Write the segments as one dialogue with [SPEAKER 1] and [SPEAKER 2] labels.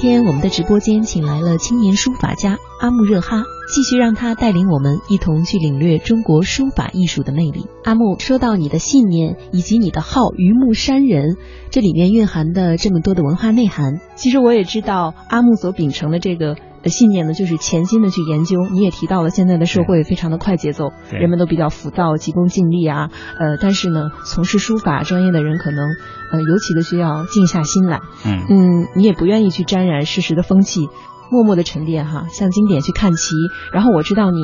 [SPEAKER 1] 天我们的直播间请来了青年书法家阿木热哈，继续让他带领我们一同去领略中国书法艺术的魅力。阿木，说到你的信念以及你的号“榆木山人”，这里面蕴含的这么多的文化内涵，
[SPEAKER 2] 其实我也知道阿木所秉承的这个。呃信念呢，就是潜心的去研究。你也提到了现在的社会非常的快节奏，
[SPEAKER 3] 对
[SPEAKER 2] 人们都比较浮躁、急功近利啊。呃，但是呢，从事书法专业的人可能，呃，尤其的需要静下心来。
[SPEAKER 3] 嗯，
[SPEAKER 2] 嗯，你也不愿意去沾染世时的风气，默默的沉淀哈，向经典去看齐。然后我知道你，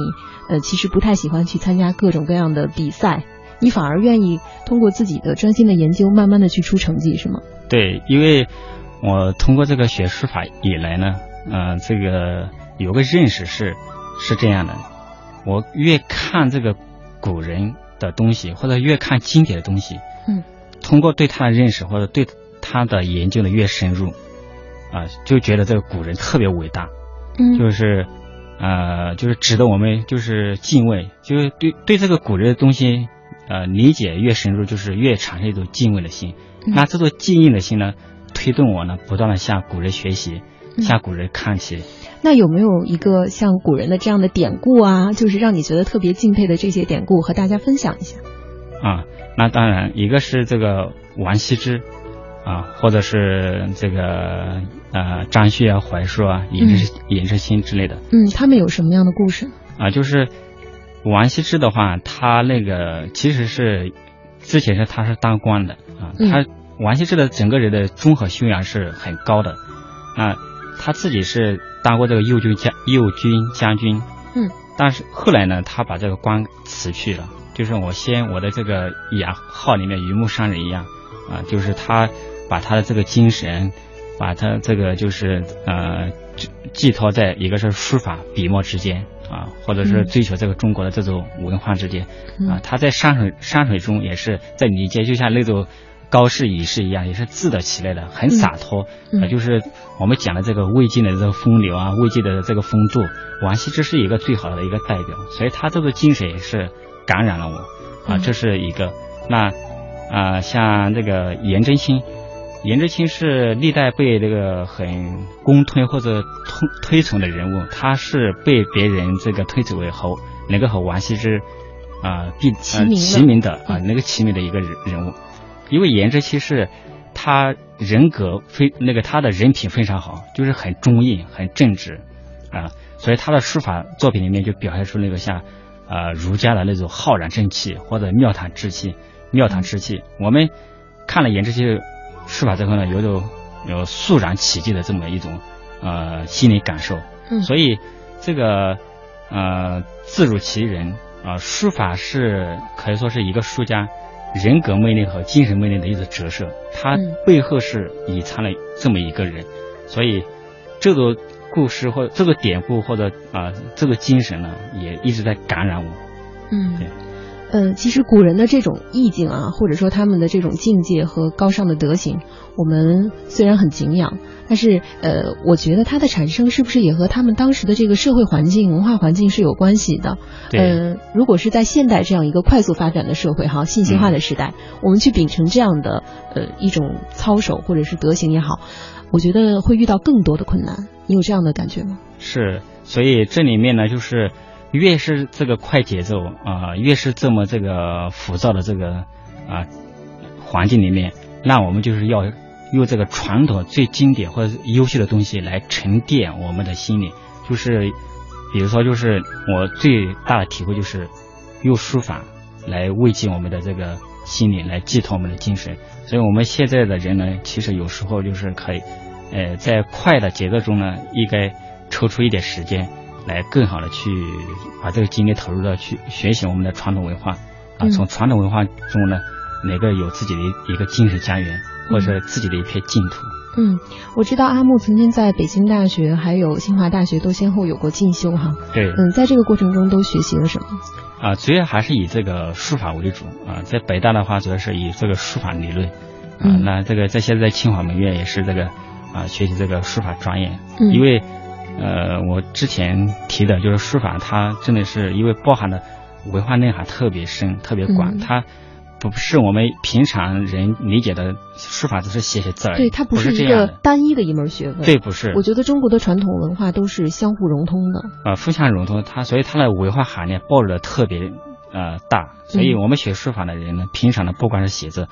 [SPEAKER 2] 呃，其实不太喜欢去参加各种各样的比赛，你反而愿意通过自己的专心的研究，慢慢的去出成绩，是吗？
[SPEAKER 3] 对，因为我通过这个学书法以来呢，嗯、这个有个认识是是这样的，我越看这个古人的东西，或者越看经典的东西，
[SPEAKER 2] 嗯，
[SPEAKER 3] 通过对他的认识或者对他的研究的越深入，啊、就觉得这个古人特别伟大，
[SPEAKER 2] 嗯
[SPEAKER 3] 就是呃，就是值得我们就是敬畏，就是对对这个古人的东西呃理解越深入，就是越产生一种敬畏的心。
[SPEAKER 2] 嗯
[SPEAKER 3] 那这种敬畏的心呢，推动我呢不断的向古人学习，
[SPEAKER 2] 嗯
[SPEAKER 3] 向古人看齐。
[SPEAKER 2] 那有没有一个像古人的这样的典故啊，就是让你觉得特别敬佩的这些典故，和大家分享一下？
[SPEAKER 3] 啊，那当然，一个是这个王羲之，啊，或者是这个呃张旭啊、怀硕啊、尹志尹志清之类的
[SPEAKER 2] 嗯，他们有什么样的故事？
[SPEAKER 3] 啊，就是王羲之的话，他那个其实是之前是他是当官的啊，
[SPEAKER 2] 嗯
[SPEAKER 3] 他王羲之的整个人的综合修养是很高的，啊，他自己是当过这个右军将右军将军，
[SPEAKER 2] 嗯，
[SPEAKER 3] 但是后来呢，他把这个官辞去了，就是我先我的这个雅号里面榆木山人一样，啊，就是他把他的这个精神，把他这个就是呃寄寄托在一个是书法笔墨之间啊，或者是
[SPEAKER 2] 嗯
[SPEAKER 3] 追求这个中国的这种文化之间，
[SPEAKER 2] 嗯
[SPEAKER 3] 啊，他在山水山水中也是在理解，就像那种高士隐士一样，也是自得其乐的，很洒脱。
[SPEAKER 2] 嗯
[SPEAKER 3] 啊，就是我们讲的这个魏晋的这个风流啊，魏晋的这个风度，王羲之是一个最好的一个代表，所以他这个精神也是感染了我啊，
[SPEAKER 2] 嗯
[SPEAKER 3] 这是一个。那啊、像这个颜真卿。颜真卿是历代被这个很公推或者推推崇的人物，他是被别人这个推举为侯，能够和王羲之啊并
[SPEAKER 2] 齐名的
[SPEAKER 3] 呃、齐名的啊
[SPEAKER 2] 嗯
[SPEAKER 3] 那个齐名的一个人人物，因为颜真卿是他人格非那个他的人品非常好，就是很忠义很正直啊，所以他的书法作品里面就表现出那个像呃儒家的那种浩然正气或者妙谈之气，妙谈之气。我们看了颜真卿书法之后呢，有种有肃然起敬的这么一种呃心理感受。
[SPEAKER 2] 嗯
[SPEAKER 3] 所以这个呃自辱其人啊、书法是可以说是一个书家人格魅力和精神魅力的一种折射，它
[SPEAKER 2] 嗯
[SPEAKER 3] 背后是隐藏了这么一个人，所以这个故事或这个典故或者啊、这个精神呢，也一直在感染我。
[SPEAKER 2] 嗯
[SPEAKER 3] 对，
[SPEAKER 2] 呃，其实古人的这种意境啊，或者说他们的这种境界和高尚的德行，我们虽然很敬仰，但是呃，我觉得它的产生是不是也和他们当时的这个社会环境、文化环境是有关系的？
[SPEAKER 3] 对
[SPEAKER 2] 呃，如果是在现代这样一个快速发展的社会哈，信息
[SPEAKER 3] 嗯
[SPEAKER 2] 化的时代，我们去秉承这样的呃一种操守或者是德行也好，我觉得会遇到更多的困难。你有这样的感觉吗？
[SPEAKER 3] 是，所以这里面呢，就是越是这个快节奏啊、越是这么这个浮躁的这个啊、环境里面，那我们就是要用这个传统最经典或者是优秀的东西来沉淀我们的心理。就是比如说，就是我最大的体会就是用书法来慰藉我们的这个心理，来寄托我们的精神。所以我们现在的人呢，其实有时候就是可以，呃，在快的节奏中呢，应该抽出一点时间，来更好的去把这个精力投入到去学习我们的传统文化，啊，
[SPEAKER 2] 嗯
[SPEAKER 3] 从传统文化中呢，能够有自己的一个精神家园，或者自己的一片净土。
[SPEAKER 2] 嗯，我知道阿木曾经在北京大学还有清华大学都先后有过进修哈。
[SPEAKER 3] 对，
[SPEAKER 2] 嗯，在这个过程中都学习了什么？
[SPEAKER 3] 啊，主要还是以这个书法为主啊。在北大的话，主要是以这个书法理论啊。
[SPEAKER 2] 嗯
[SPEAKER 3] 那这个在现在清华门院也是这个啊，学习这个书法专业，
[SPEAKER 2] 嗯
[SPEAKER 3] 因为呃，我之前提的就是书法，它真的是因为包含的文化内涵特别深、特别广，
[SPEAKER 2] 嗯
[SPEAKER 3] 它不是我们平常人理解的书法，只是写写字而已。
[SPEAKER 2] 对，它
[SPEAKER 3] 哎不
[SPEAKER 2] 是
[SPEAKER 3] 这
[SPEAKER 2] 一
[SPEAKER 3] 样
[SPEAKER 2] 个
[SPEAKER 3] 的。
[SPEAKER 2] 单一的一门学问。
[SPEAKER 3] 对，不是
[SPEAKER 2] 我觉得中国的传统文化都是相互融通的。
[SPEAKER 3] 呃，非常融通，它所以它的文化含量包的特别呃大，所以
[SPEAKER 2] 嗯
[SPEAKER 3] 我们学书法的人呢，平常呢不光是写字，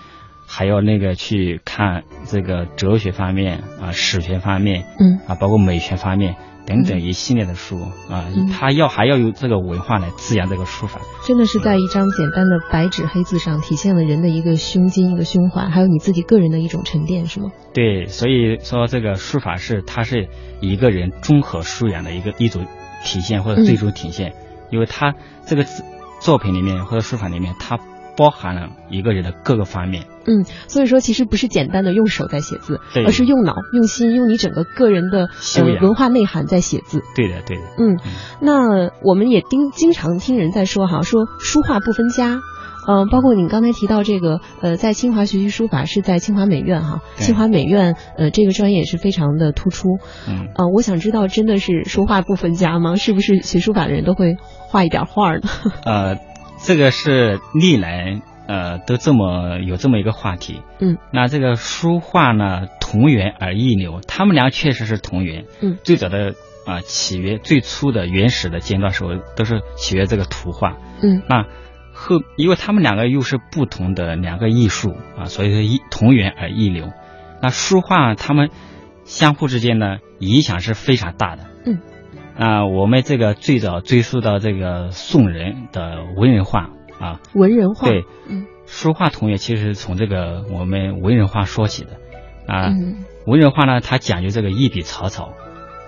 [SPEAKER 3] 还要那个去看这个哲学方面啊、史学方面
[SPEAKER 2] 嗯
[SPEAKER 3] 啊、包括美学方面等等一系列的书啊、
[SPEAKER 2] 嗯
[SPEAKER 3] 它要还要有这个文化来滋养这个书法。
[SPEAKER 2] 真的是在一张简单的白纸黑字上，体现了人的一个胸襟、一个胸怀，还有你自己个人的一种沉淀，是吗？
[SPEAKER 3] 对，所以说这个书法是它是一个人综合素养的一个一种体现
[SPEAKER 2] 嗯
[SPEAKER 3] 或者最终体现，因为它这个字作品里面或者书法里面，它包含了一个人的各个方面。
[SPEAKER 2] 嗯，所以说其实不是简单的用手在写字，
[SPEAKER 3] 对
[SPEAKER 2] 而是用脑、用心、用你整个个人的
[SPEAKER 3] 修
[SPEAKER 2] 呃
[SPEAKER 3] 养
[SPEAKER 2] 文化内涵在写字。
[SPEAKER 3] 对的，对的，
[SPEAKER 2] 嗯，那我们也经经常听人在说哈，说书画不分家。嗯、包括你刚才提到这个，呃，在清华学习书法是在清华美院哈，
[SPEAKER 3] 对
[SPEAKER 2] 清华美院呃这个专业也是非常的突出。
[SPEAKER 3] 嗯，
[SPEAKER 2] 呃，我想知道真的是说画不分家吗？是不是学书法的人都会画一点画 呢？
[SPEAKER 3] 呃，这个是历来呃都这么有这么一个话题。
[SPEAKER 2] 嗯，
[SPEAKER 3] 那这个书画呢，同源而异流，他们俩确实是同源。
[SPEAKER 2] 嗯，
[SPEAKER 3] 最早的啊、起源最初的原始的阶段时候，都是起源这个图画。
[SPEAKER 2] 嗯
[SPEAKER 3] 那后，因为他们两个又是不同的两个艺术啊，所以说一同源而异流。那书画他们相互之间的影响是非常大的。
[SPEAKER 2] 嗯。
[SPEAKER 3] 啊，我们这个最早追溯到这个宋人的文人画啊，
[SPEAKER 2] 文人画，
[SPEAKER 3] 对，
[SPEAKER 2] 嗯
[SPEAKER 3] 书画同源其实是从这个我们文人画说起的。啊，
[SPEAKER 2] 嗯
[SPEAKER 3] 文人画呢，它讲究这个一笔草草，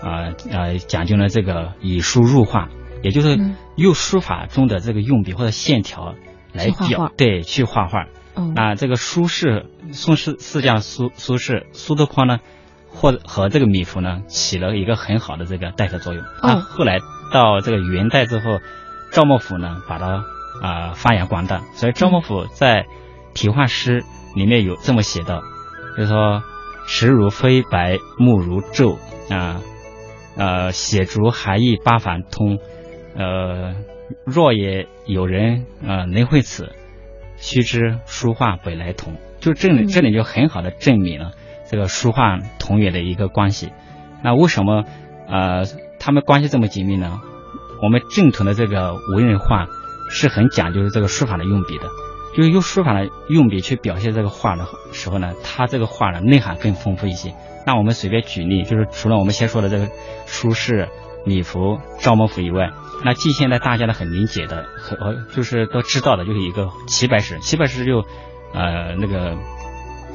[SPEAKER 3] 啊、呃讲究了这个以书入画，也就是
[SPEAKER 2] 嗯
[SPEAKER 3] 用书法中的这个用笔或者线条来
[SPEAKER 2] 去画
[SPEAKER 3] 表
[SPEAKER 2] 画
[SPEAKER 3] 对去画画。
[SPEAKER 2] 哦
[SPEAKER 3] 那啊这个苏轼、宋氏四将苏苏轼、苏东坡呢，或者和这个米芾呢起了一个很好的这个代表作用。啊那
[SPEAKER 2] 哦
[SPEAKER 3] 后来到这个元代之后，赵孟頫呢把它啊、发扬光大，所以赵孟頫在题画诗里面有这么写道，就是说“石如飞白，目如昼”啊、呃，写竹含义八反通，呃，若也有人呃能会此，须知书画本来同。就这里
[SPEAKER 2] 嗯
[SPEAKER 3] 这里就很好的证明了这个书画同源的一个关系。那为什么呃他们关系这么紧密呢？我们正统的这个文人画是很讲究这个书法的用笔的，就是用书法的用笔去表现这个画的时候呢，它这个画的内涵更丰富一些。那我们随便举例，就是除了我们先说的这个苏轼、米芾、赵孟頫以外，那近现代大家呢很理解的，很呃就是都知道的，就是一个齐白石。齐 白石就呃那个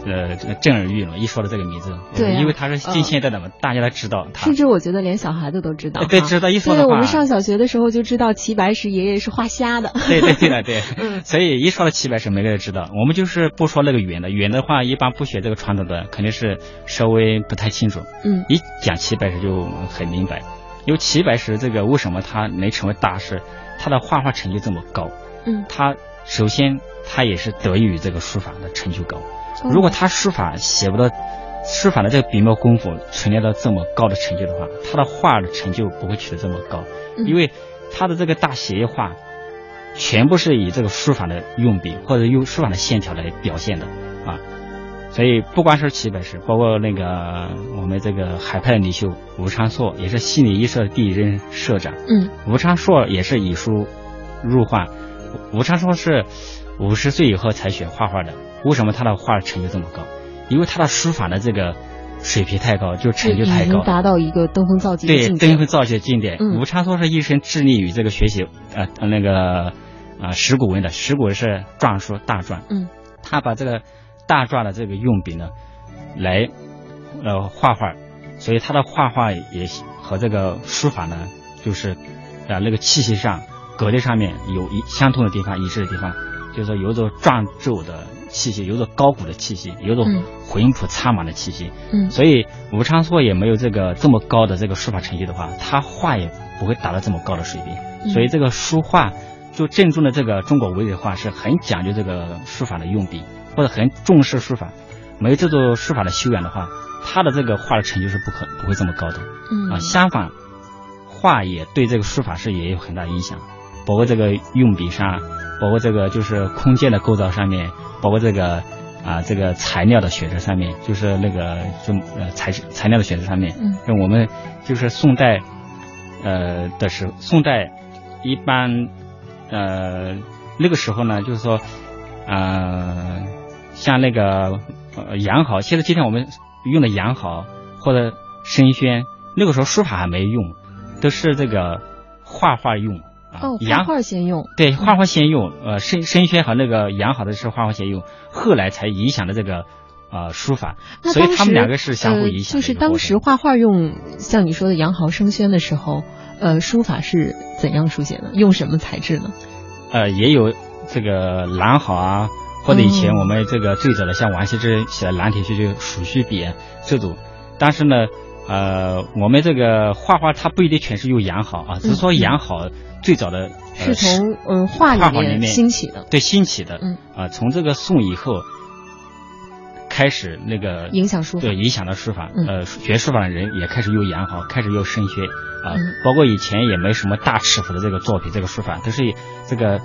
[SPEAKER 3] 呃这个震耳欲聋，一说到这个名字，
[SPEAKER 2] 对啊
[SPEAKER 3] 因为他是近现代的嘛，大家都知道他
[SPEAKER 2] 甚。至我觉得连小孩子都知道
[SPEAKER 3] 哎
[SPEAKER 2] 哈。
[SPEAKER 3] 对，知道一说
[SPEAKER 2] 对，
[SPEAKER 3] 的
[SPEAKER 2] 我
[SPEAKER 3] 话，
[SPEAKER 2] 们上小学的时候就知道齐白石爷爷是画虾的。
[SPEAKER 3] 对对对的对
[SPEAKER 2] 嗯，
[SPEAKER 3] 所以一说到齐白石，每个人知道。我们就是不说那个圆的，圆的话一般不学这个传统的，肯定是稍微不太清楚。
[SPEAKER 2] 嗯
[SPEAKER 3] 一讲齐白石就很明白，因为齐白石这个为什么他能成为大师，他的画画成就这么高，
[SPEAKER 2] 嗯，
[SPEAKER 3] 他首先他也是得益于这个书法的成就高。如果他书法写不到，书法的这个笔墨功夫存在到这么高的成就的话，他的画的成就不会取得这么高，
[SPEAKER 2] 嗯
[SPEAKER 3] 因为他的这个大写意画，全部是以这个书法的用笔或者用书法的线条来表现的啊。所以不光是齐白石，包括那个我们这个海派的李秀吴昌硕，也是西泠艺社第一任社长。
[SPEAKER 2] 嗯
[SPEAKER 3] 吴昌硕也是以书入画，吴昌硕是五十岁以后才学画画的，为什么他的画成就这么高？因为他的书法的这个水平太高，就成就
[SPEAKER 2] 嗯已
[SPEAKER 3] 太
[SPEAKER 2] 经
[SPEAKER 3] 高了。
[SPEAKER 2] 达到一个登峰造极的
[SPEAKER 3] 对，
[SPEAKER 2] 境
[SPEAKER 3] 真
[SPEAKER 2] 界。
[SPEAKER 3] 会造些经典。
[SPEAKER 2] 嗯
[SPEAKER 3] 吴昌硕是一生致力于这个学习，呃，呃那个呃石鼓文的，石鼓文是篆书大篆。
[SPEAKER 2] 嗯，
[SPEAKER 3] 他把这个大篆的这个用笔呢，来呃画画，所以他的画画也和这个书法呢，就是啊、呃那个气息上、格调上面有一相同的地方、一致的地方，就是说有种壮胄的气息，有种高古的气息，有种
[SPEAKER 2] 嗯
[SPEAKER 3] 魂朴苍茫的气息。
[SPEAKER 2] 嗯
[SPEAKER 3] 所以吴昌硕也没有这个这么高的这个书法成绩的话，他画也不会达到这么高的水
[SPEAKER 2] 嗯
[SPEAKER 3] 平。所以这个书画，就正宗的这个中国文人画是很讲究这个书法的用笔，或者很重视书法。没有这种书法的修养的话，他的这个画的成就是不可不会这么高的
[SPEAKER 2] 嗯
[SPEAKER 3] 啊。相反，画也对这个书法是也有很大影响。包括这个用笔上，包括这个就是空间的构造上面，包括这个啊、这个材料的选择上面，就是那个就呃材材料的选择上面，
[SPEAKER 2] 嗯，
[SPEAKER 3] 我们就是宋代呃的时候，宋代一般呃那个时候呢，就是说呃像那个呃羊毫，其实今天我们用的羊毫或者生宣，那个时候书法还没用，都是这个画画用啊。
[SPEAKER 2] 哦，画
[SPEAKER 3] 羊
[SPEAKER 2] 画先用，
[SPEAKER 3] 对，画画先用，呃，生生宣和那个羊毫的是画画先用，后来才影响了这个呃书法，
[SPEAKER 2] 那
[SPEAKER 3] 所以
[SPEAKER 2] 当
[SPEAKER 3] 他
[SPEAKER 2] 时
[SPEAKER 3] 们两个是相互影响
[SPEAKER 2] 呃。就
[SPEAKER 3] 的
[SPEAKER 2] 是
[SPEAKER 3] 一个过
[SPEAKER 2] 当时
[SPEAKER 3] 程
[SPEAKER 2] 画画用，像你说的羊毫生宣的时候，呃，书法是怎样书写的？用什么材质呢？
[SPEAKER 3] 呃也有这个蓝毫啊，或者以前
[SPEAKER 2] 哦
[SPEAKER 3] 我们这个最早的像王羲之写的《兰亭序》就鼠须笔这种，但是呢，呃，我们这个画画它不一定全是用羊毫啊，只是说
[SPEAKER 2] 嗯嗯
[SPEAKER 3] 羊毫最早的、
[SPEAKER 2] 是
[SPEAKER 3] 呃
[SPEAKER 2] 从嗯画
[SPEAKER 3] 画
[SPEAKER 2] 里
[SPEAKER 3] 法里
[SPEAKER 2] 面
[SPEAKER 3] 面
[SPEAKER 2] 兴起的，
[SPEAKER 3] 对兴起的，
[SPEAKER 2] 嗯
[SPEAKER 3] 啊、从这个宋以后开始那个
[SPEAKER 2] 影响书法
[SPEAKER 3] 对影响到书法，
[SPEAKER 2] 嗯
[SPEAKER 3] 呃，学书法的人也开始用羊毫，开始用生宣啊、
[SPEAKER 2] 嗯
[SPEAKER 3] 包括以前也没什么大尺幅的这个作品，这个书法都是以这个、啊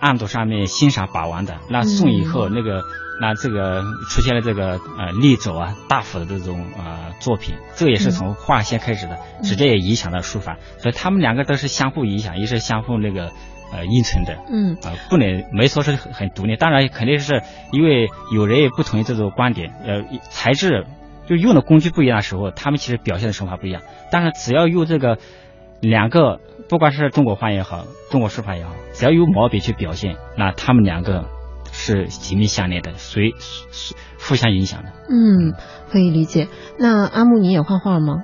[SPEAKER 3] 案子上面欣赏把玩的。那宋以后
[SPEAKER 2] 嗯
[SPEAKER 3] 那个。那这个出现了这个呃立走啊大幅的这种呃作品，这个也
[SPEAKER 2] 嗯
[SPEAKER 3] 是从画先开始的，直接也影响到书法，所以他们两个都是相互影响，也是相互那个呃映衬的。
[SPEAKER 2] 嗯。
[SPEAKER 3] 啊、不能没说是很很独立，当然肯定是因为有人也不同意这种观点，呃，材质就用的工具不一样的时候，他们其实表现的手法不一样。但是只要用这个两个，不管是中国画也好，中国书法也好，只要用毛笔去表现，那他们两个是紧密相连的，随随互相影响的。
[SPEAKER 2] 嗯，可以理解。那阿木，你也画画吗？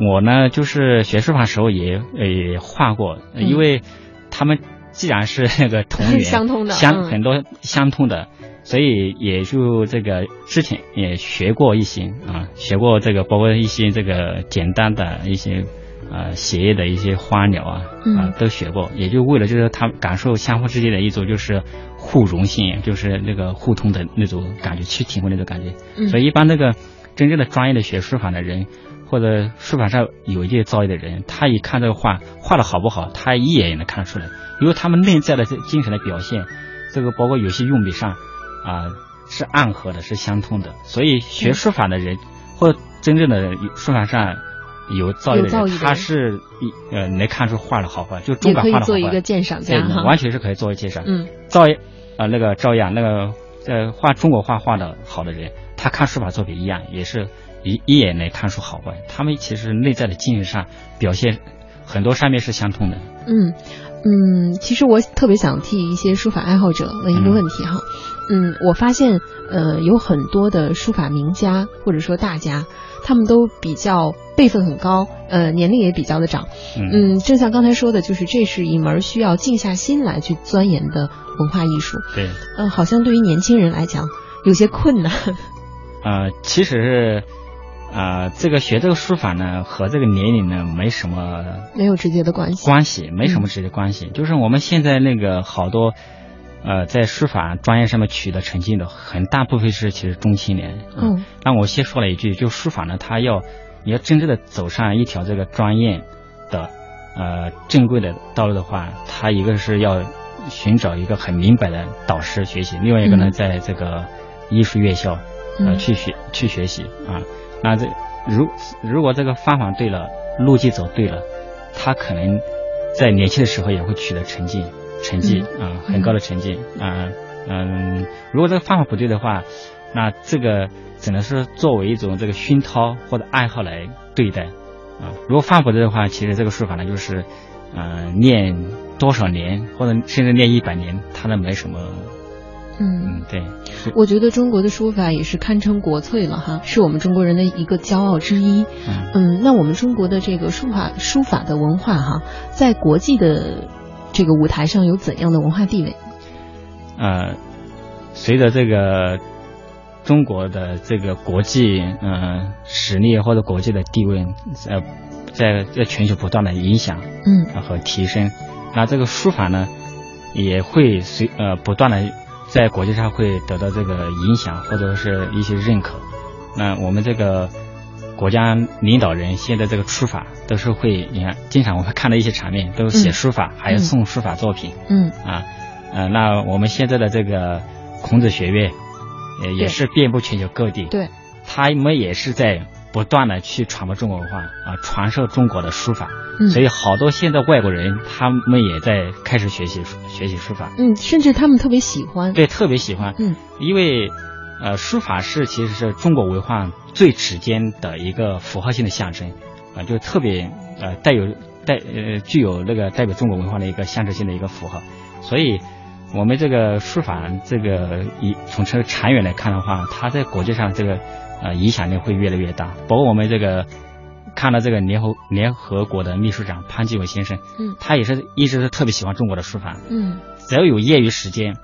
[SPEAKER 3] 我呢，就是学书法时候也也画过，呃
[SPEAKER 2] 嗯
[SPEAKER 3] 因为他们既然是那个同 源
[SPEAKER 2] 相通的
[SPEAKER 3] 相
[SPEAKER 2] 嗯
[SPEAKER 3] 很多相通的，所以也就这个之前也学过一些啊，学过这个包括一些这个简单的一些呃写意的一些花鸟啊啊
[SPEAKER 2] 嗯
[SPEAKER 3] 都学过，也就为了就是他们感受相互之间的一种就是互融性，就是那个互通的那种感觉，去体会那种感觉。
[SPEAKER 2] 嗯
[SPEAKER 3] 所以一般那个真正的专业的学书法的人，或者书法上有一定造诣的人，他一看这个画画的好不好，他一眼也能看得出来，因为他们内在的这精神的表现，这个包括有些用笔上啊、是暗合的，是相通的。所以学书法的人，或者真正的书法上。有造诣的
[SPEAKER 2] 有造诣
[SPEAKER 3] 人，
[SPEAKER 2] 的人
[SPEAKER 3] 他是一呃能看出画的好坏，就中
[SPEAKER 2] 也
[SPEAKER 3] 国
[SPEAKER 2] 可以
[SPEAKER 3] 画的好
[SPEAKER 2] 做一
[SPEAKER 3] 坏
[SPEAKER 2] 个鉴赏家
[SPEAKER 3] 对
[SPEAKER 2] 哈
[SPEAKER 3] 完全是可以做一个鉴赏。
[SPEAKER 2] 嗯
[SPEAKER 3] 照样啊，那个照样那个呃画中国画画的好的人，他看书法作品一样，也是一一眼能看出好坏。他们其实内在的精神上表现很多上面是相通的。
[SPEAKER 2] 嗯嗯，其实我特别想替一些书法爱好者问一个问题哈。嗯，我发现呃有很多的书法名家或者说大家，他们都比较辈分很高，呃年龄也比较的长。
[SPEAKER 3] 嗯
[SPEAKER 2] 嗯，正像刚才说的，就是这是一门需要静下心来去钻研的文化艺术。
[SPEAKER 3] 对，
[SPEAKER 2] 嗯、好像对于年轻人来讲有些困难。
[SPEAKER 3] 呃，其实是啊、呃这个学这个书法呢，和这个年龄呢没什么
[SPEAKER 2] 没有直接的关系
[SPEAKER 3] 关系没什么直接关系。就是我们现在那个好多，呃，在书法专业上面取得成绩的，很大部分是其实中青年。
[SPEAKER 2] 嗯，
[SPEAKER 3] 那我先说了一句，就书法呢，它要你要真正的走上一条这个专业的呃正规的道路的话，它一个是要寻找一个很明白的导师学习，另外一个呢，
[SPEAKER 2] 嗯
[SPEAKER 3] 在这个艺术院校呃
[SPEAKER 2] 嗯
[SPEAKER 3] 去学去学习啊。那这如如果这个方法对了，路径走对了，他可能在年轻的时候也会取得成绩，成绩啊、
[SPEAKER 2] 嗯
[SPEAKER 3] 很高的成绩啊、嗯，如果这个方法不对的话，那这个只能是作为一种这个熏陶或者爱好来对待啊、如果方法不对的话，其实这个书法呢，就是呃练多少年或者甚至练一百年，它都没什么
[SPEAKER 2] 嗯
[SPEAKER 3] 嗯对。
[SPEAKER 2] 我觉得中国的书法也是堪称国粹了哈，是我们中国人的一个骄傲之一。
[SPEAKER 3] 嗯
[SPEAKER 2] 嗯，那我们中国的这个书法书法的文化哈，在国际的这个舞台上有怎样的文化地位？
[SPEAKER 3] 呃，随着这个中国的这个国际呃实力或者国际的地位，呃，在在全球不断的影响
[SPEAKER 2] 嗯
[SPEAKER 3] 呃和提升，那这个书法呢，也会随呃不断的在国际上会得到这个影响或者是一些认可。那我们这个国家领导人现在这个书法都是会，你看，经常我们看到一些场面都写书法，还有送书法作品
[SPEAKER 2] 嗯
[SPEAKER 3] 啊，呃，那我们现在的这个孔子学院，呃，也是遍布全球各地，
[SPEAKER 2] 对，
[SPEAKER 3] 他们也是在不断的去传播中国文化啊，传授中国的书法，
[SPEAKER 2] 嗯
[SPEAKER 3] 所以好多现在外国人他们也在开始学习学习书法，
[SPEAKER 2] 嗯，甚至他们特别喜欢，
[SPEAKER 3] 对，特别喜欢，
[SPEAKER 2] 嗯，
[SPEAKER 3] 因为呃，书法是其实是中国文化最直接的一个符号性的象征，啊、就特别呃带有带呃具有那个代表中国文化的一个象征性的一个符号，所以我们这个书法这个以从这个长远来看的话，它在国际上这个呃影响力会越来越大，包括我们这个。看到这个联合联合国的秘书长潘基伟先生，
[SPEAKER 2] 嗯
[SPEAKER 3] 他也是一直是特别喜欢中国的书法，
[SPEAKER 2] 嗯
[SPEAKER 3] 只要有业余时间，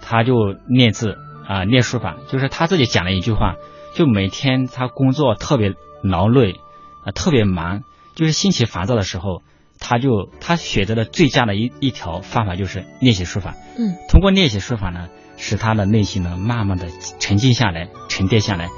[SPEAKER 3] 他就练字啊、练书法。就是他自己讲了一句话，就每天他工作特别劳累，啊、特别忙，就是心情烦躁的时候，他就他选择了最佳的一一条方法，就是练习书法。
[SPEAKER 2] 嗯，
[SPEAKER 3] 通过练习书法呢，使他的内心呢慢慢的沉静下来、沉淀下来，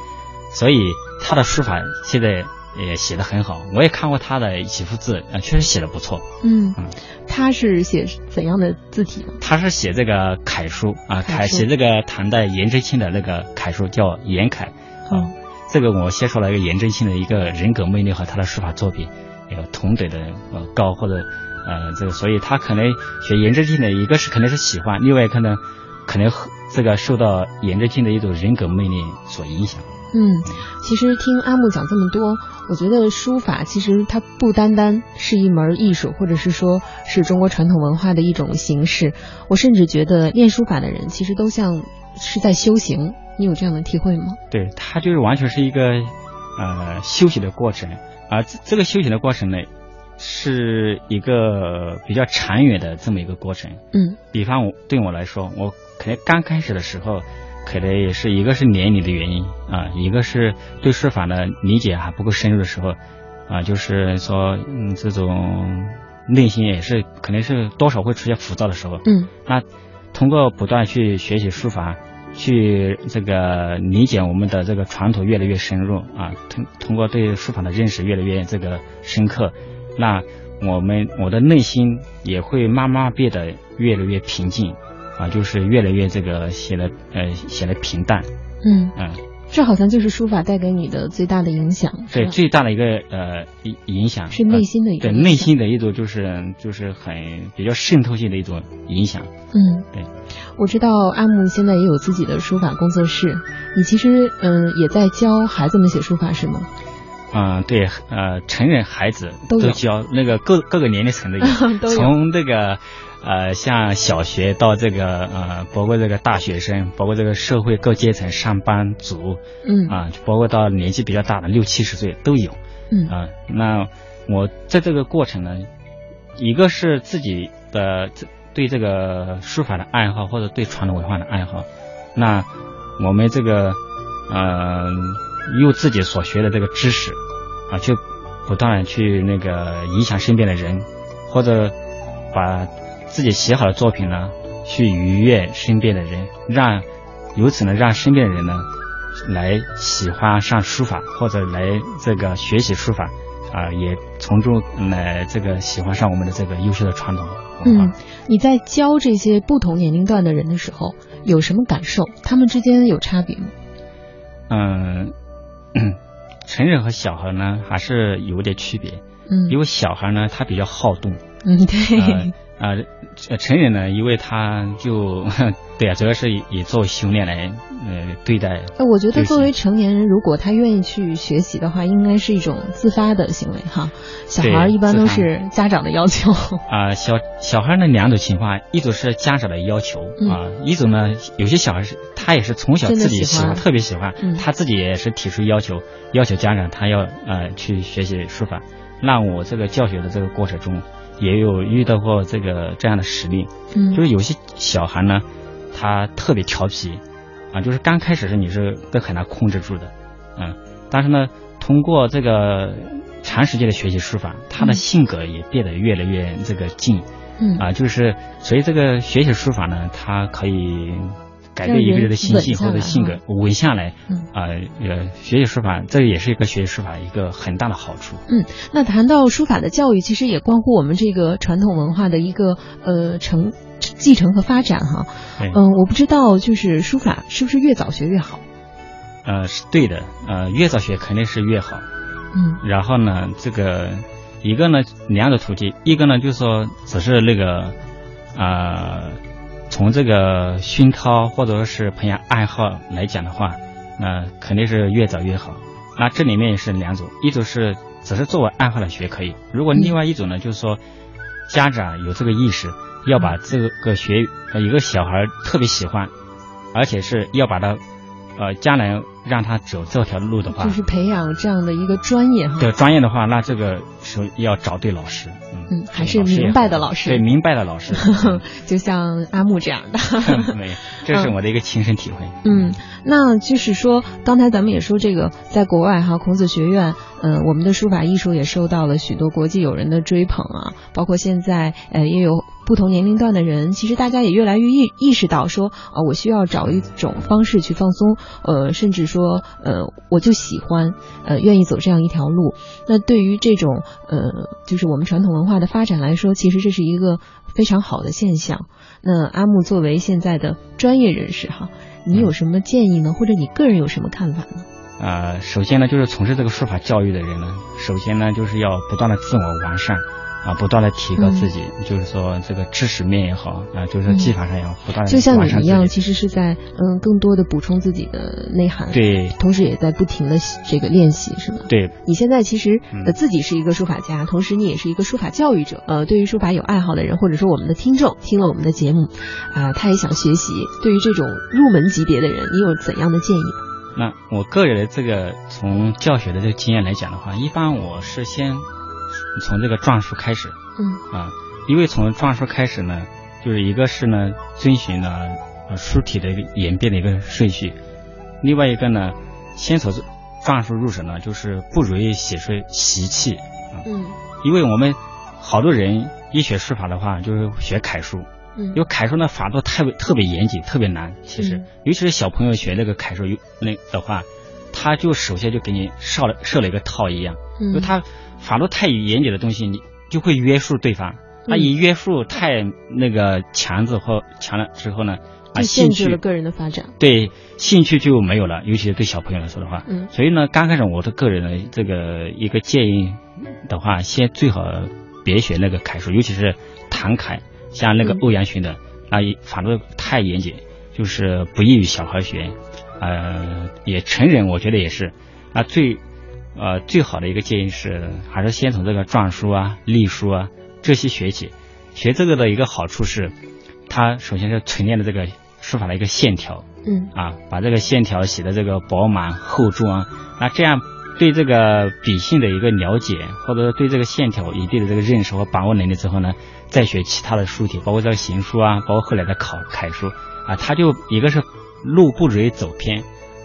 [SPEAKER 3] 所以他的书法现在也写得很好。我也看过他的几幅字，啊、确实写得不错。
[SPEAKER 2] 嗯
[SPEAKER 3] 嗯，
[SPEAKER 2] 他是写怎样的字体呢？
[SPEAKER 3] 他是写这个楷书啊，
[SPEAKER 2] 楷
[SPEAKER 3] 楷
[SPEAKER 2] 书
[SPEAKER 3] 写这个唐代颜真卿的那个楷书叫《颜楷》啊。
[SPEAKER 2] 嗯
[SPEAKER 3] 这个我先说了一个颜真卿的一个人格魅力和他的书法作品，有同等的呃高或者呃这个，所以他可能学颜真卿的一个是可能是喜欢，另外一个呢可能和这个受到颜真卿的一种人格魅力所影响。
[SPEAKER 2] 嗯，其实听阿木讲这么多，我觉得书法其实它不单单是一门艺术，或者是说是中国传统文化的一种形式。我甚至觉得练书法的人其实都像是在修行。你有这样的体会吗？
[SPEAKER 3] 对，它就是完全是一个呃休息的过程，而、这这个休息的过程呢，是一个比较长远的这么一个过程。
[SPEAKER 2] 嗯
[SPEAKER 3] 比方我对我来说，我可能刚开始的时候，可能也是一个是年龄的原因啊，一个是对书法的理解还不够深入的时候，啊，就是说嗯这种内心也是可能是多少会出现浮躁的时候，
[SPEAKER 2] 嗯
[SPEAKER 3] 那通过不断去学习书法，去这个理解我们的这个传统越来越深入啊，通通过对书法的认识越来越这个深刻，那我们我的内心也会慢慢变得越来越平静啊，就是越来越这个显得呃显得平淡，
[SPEAKER 2] 嗯，
[SPEAKER 3] 嗯，
[SPEAKER 2] 这好像就是书法带给你的最大的影响。
[SPEAKER 3] 对
[SPEAKER 2] 是吧
[SPEAKER 3] 最大的一个呃影影响
[SPEAKER 2] 是
[SPEAKER 3] 呃
[SPEAKER 2] 内心的一个
[SPEAKER 3] 对
[SPEAKER 2] 影
[SPEAKER 3] 内
[SPEAKER 2] 响
[SPEAKER 3] 心的一种就是就是很比较渗透性的一种影响，
[SPEAKER 2] 嗯，
[SPEAKER 3] 对。
[SPEAKER 2] 我知道阿木现在也有自己的书法工作室，你其实嗯也在教孩子们写书法是吗？
[SPEAKER 3] 嗯，对，呃，成人、孩子
[SPEAKER 2] 都有
[SPEAKER 3] 教那个各各个年龄层的
[SPEAKER 2] 都
[SPEAKER 3] 有，
[SPEAKER 2] 有
[SPEAKER 3] 从这个呃，像小学到这个呃，包括这个大学生，包括这个社会各阶层上班族
[SPEAKER 2] 嗯
[SPEAKER 3] 啊、包括到年纪比较大的六七十岁都有
[SPEAKER 2] 嗯
[SPEAKER 3] 啊、那我在这个过程呢，一个是自己的自对这个书法的爱好，或者对传统文化的爱好，那我们这个呃，用自己所学的这个知识啊，去不断的去那个影响身边的人，或者把自己写好的作品呢，去愉悦身边的人，让由此呢，让身边的人呢来喜欢上书法，或者来这个学习书法。啊，也从中来这个喜欢上我们的这个优秀的传统文化。
[SPEAKER 2] 嗯，你在教这些不同年龄段的人的时候，有什么感受？他们之间有差别吗？
[SPEAKER 3] 嗯， 成人和小孩呢还是有点区别，
[SPEAKER 2] 嗯
[SPEAKER 3] 因为小孩呢他比较好动，
[SPEAKER 2] 嗯对，
[SPEAKER 3] 啊、 呃成人呢，因为他就 对啊，主要是以以做修炼来呃对待，
[SPEAKER 2] 那我觉
[SPEAKER 3] 就
[SPEAKER 2] 得
[SPEAKER 3] 是
[SPEAKER 2] 作为成年人，如果他愿意去学习的话，应该是一种自发的行为哈。小孩儿
[SPEAKER 3] 对
[SPEAKER 2] 一般
[SPEAKER 3] 自
[SPEAKER 2] 都
[SPEAKER 3] 发
[SPEAKER 2] 是家长的要 求。
[SPEAKER 3] 啊、小小孩呢两种情况，一种是家长的要求
[SPEAKER 2] 嗯
[SPEAKER 3] 啊、一种呢有些小孩是他也是从小
[SPEAKER 2] 真的
[SPEAKER 3] 自己
[SPEAKER 2] 喜
[SPEAKER 3] 喜
[SPEAKER 2] 欢
[SPEAKER 3] 欢，特别喜欢，
[SPEAKER 2] 嗯
[SPEAKER 3] 他自己也是提出要求，要求家长他要呃去学习书法。那我这个教学的这个过程中，也有遇到过这个这样的实例，
[SPEAKER 2] 嗯
[SPEAKER 3] 就是有些小孩呢，他特别调皮，啊，就是刚开始是你是都很难控制住的，嗯，但是呢，通过这个长时间的学习书法，他的
[SPEAKER 2] 嗯
[SPEAKER 3] 性格也变得越来越这个静，
[SPEAKER 2] 嗯
[SPEAKER 3] 啊，就是所以这个学习书法呢，它可以改变一个人的心性或者性格
[SPEAKER 2] 让人，
[SPEAKER 3] 稳下来
[SPEAKER 2] 嗯，
[SPEAKER 3] 啊、呃，学习书法，这也是一个学习书法一个很大的好处。
[SPEAKER 2] 那谈到书法的教育，其实也关乎我们这个传统文化的一个呃承继承和发展哈。
[SPEAKER 3] 对
[SPEAKER 2] 嗯、我不知道就是书法是不是越早学越好？
[SPEAKER 3] 呃，是对的，呃，越早学肯定是越好。
[SPEAKER 2] 嗯
[SPEAKER 3] 然后呢，这个一个呢两种途径，一个呢就是说只是那个啊、呃从这个熏陶或者说是培养爱好来讲的话，那、肯定是越早越好。那这里面也是两种，一种是只是作为爱好来学可以，如果另外一种呢，就是说家长有这个意识，要把这个学呃一个小孩特别喜欢，而且是要把他呃将来让他走这条路的话，
[SPEAKER 2] 就是培养这样的一个专业哈。
[SPEAKER 3] 啊对专业的话，那这个是要找对老师，嗯，
[SPEAKER 2] 嗯还是
[SPEAKER 3] 老也
[SPEAKER 2] 明白的
[SPEAKER 3] 很
[SPEAKER 2] 老师
[SPEAKER 3] 对明白的老 师，
[SPEAKER 2] 就像阿木这样的。
[SPEAKER 3] 嗯没，这是我的一个亲身体会。
[SPEAKER 2] 嗯，那就是说，刚才咱们也说这个，在国外哈，孔子学院，嗯、我们的书法艺术也受到了许多国际友人的追捧啊，包括现在，呃，也有不同年龄段的人，其实大家也越来越意意识到说，啊、我需要找一种方式去放松，呃，甚至说，呃，我就喜欢，呃，愿意走这样一条路。那对于这种，呃，就是我们传统文化的发展来说，其实这是一个非常好的现象。那阿木作为现在的专业人士哈，你有什么建议呢？或者你个人有什么看法呢？
[SPEAKER 3] 呃，首先呢，就是从事这个书法教育的人呢，首先呢，就是要不断的自我完善，啊，不断的提高自己，就是说这个知识面也好，啊，就是说
[SPEAKER 2] 嗯
[SPEAKER 3] 技法上也好，不断的
[SPEAKER 2] 就像
[SPEAKER 3] 完善
[SPEAKER 2] 你一
[SPEAKER 3] 自
[SPEAKER 2] 样，
[SPEAKER 3] 己。
[SPEAKER 2] 其实是在嗯更多的补充自己的内涵，，
[SPEAKER 3] 对
[SPEAKER 2] 同时也在不停的这个练习，是吗？
[SPEAKER 3] 对，
[SPEAKER 2] 你现在其实
[SPEAKER 3] 嗯
[SPEAKER 2] 呃自己是一个书法家，同时你也是一个书法教育者。呃，对于书法有爱好的人，或者说我们的听众听了我们的节目，啊、他也想学习。对于这种入门级别的人，你有怎样的建议呢？
[SPEAKER 3] 那我个人的这个从教学的这个经验来讲的话，一般我是先从这个篆书开始，
[SPEAKER 2] 嗯
[SPEAKER 3] 啊，因为从篆书开始呢，就是一个是呢遵循了呃书体的一个演变的一个顺序，另外一个呢，先从篆书入手呢，就是不容易写出习气啊，
[SPEAKER 2] 嗯
[SPEAKER 3] 因为我们好多人一学书法的话，就是学楷书，
[SPEAKER 2] 嗯
[SPEAKER 3] 因为楷书呢法度特别特别严谨，特别难。其实，
[SPEAKER 2] 嗯
[SPEAKER 3] 尤其是小朋友学那个楷书那的话，他就首先就给你设了设了一个套一样，
[SPEAKER 2] 嗯
[SPEAKER 3] 因为他法度太严谨的东西，你就会约束对方。那
[SPEAKER 2] 嗯
[SPEAKER 3] 一约束太那个强制或强了之后呢，啊，
[SPEAKER 2] 就限
[SPEAKER 3] 兴
[SPEAKER 2] 制了
[SPEAKER 3] 趣
[SPEAKER 2] 个人的发展。
[SPEAKER 3] 对兴趣就没有了，尤其是对小朋友来说的话。
[SPEAKER 2] 嗯
[SPEAKER 3] 所以呢，刚开始我的个人的这个一个建议的话，先最好别学那个楷书，尤其是唐楷，像那个
[SPEAKER 2] 嗯
[SPEAKER 3] 欧阳询的，那也反正太严谨，就是不易于小孩学。呃，也成人我觉得也是。那啊最呃最好的一个建议是，还是先从这个篆书啊、隶书啊这些学起。学这个的一个好处是，它首先是锤炼了这个书法的一个线条，
[SPEAKER 2] 嗯
[SPEAKER 3] 啊，把这个线条写的这个饱满厚重啊，那这样对这个笔性的一个了解，或者说对这个线条有一定的这个认识和把握能力之后呢，再学其他的书体，包括这个行书啊，包括后来的考楷书啊，它就一个是路不容易走偏，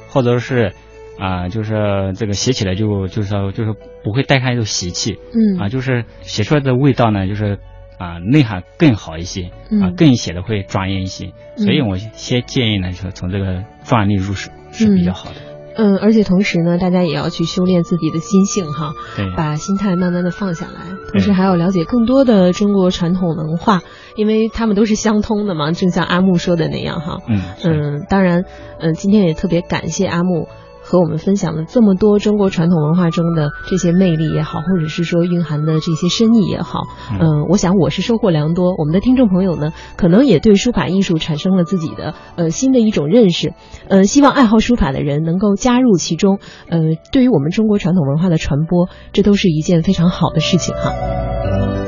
[SPEAKER 3] 或者是啊，就是这个写起来就就是说就是不会带上一种习气
[SPEAKER 2] 嗯
[SPEAKER 3] 啊，就是写出来的味道呢，就是啊内涵更好一些啊
[SPEAKER 2] 嗯，
[SPEAKER 3] 更写的会专业一些。所以
[SPEAKER 2] 嗯
[SPEAKER 3] 我先建议呢，就是从这个专利入手是比较好的。
[SPEAKER 2] 嗯，而且同时呢，大家也要去修炼自己的心性哈，
[SPEAKER 3] 对，
[SPEAKER 2] 把心态慢慢的放下来，同
[SPEAKER 3] 对
[SPEAKER 2] 时还要了解更多的中国传统文化，因为他们都是相通的嘛，正像阿木说的那样哈。
[SPEAKER 3] 嗯，是
[SPEAKER 2] 嗯，当然，嗯，今天也特别感谢阿木和我们分享了这么多中国传统文化中的这些魅力也好，或者是说蕴含的这些深意也好，
[SPEAKER 3] 嗯
[SPEAKER 2] 嗯，我想我是收获良多。我们的听众朋友呢，可能也对书法艺术产生了自己的呃新的一种认识，呃，希望爱好书法的人能够加入其中，呃，对于我们中国传统文化的传播，这都是一件非常好的事情哈。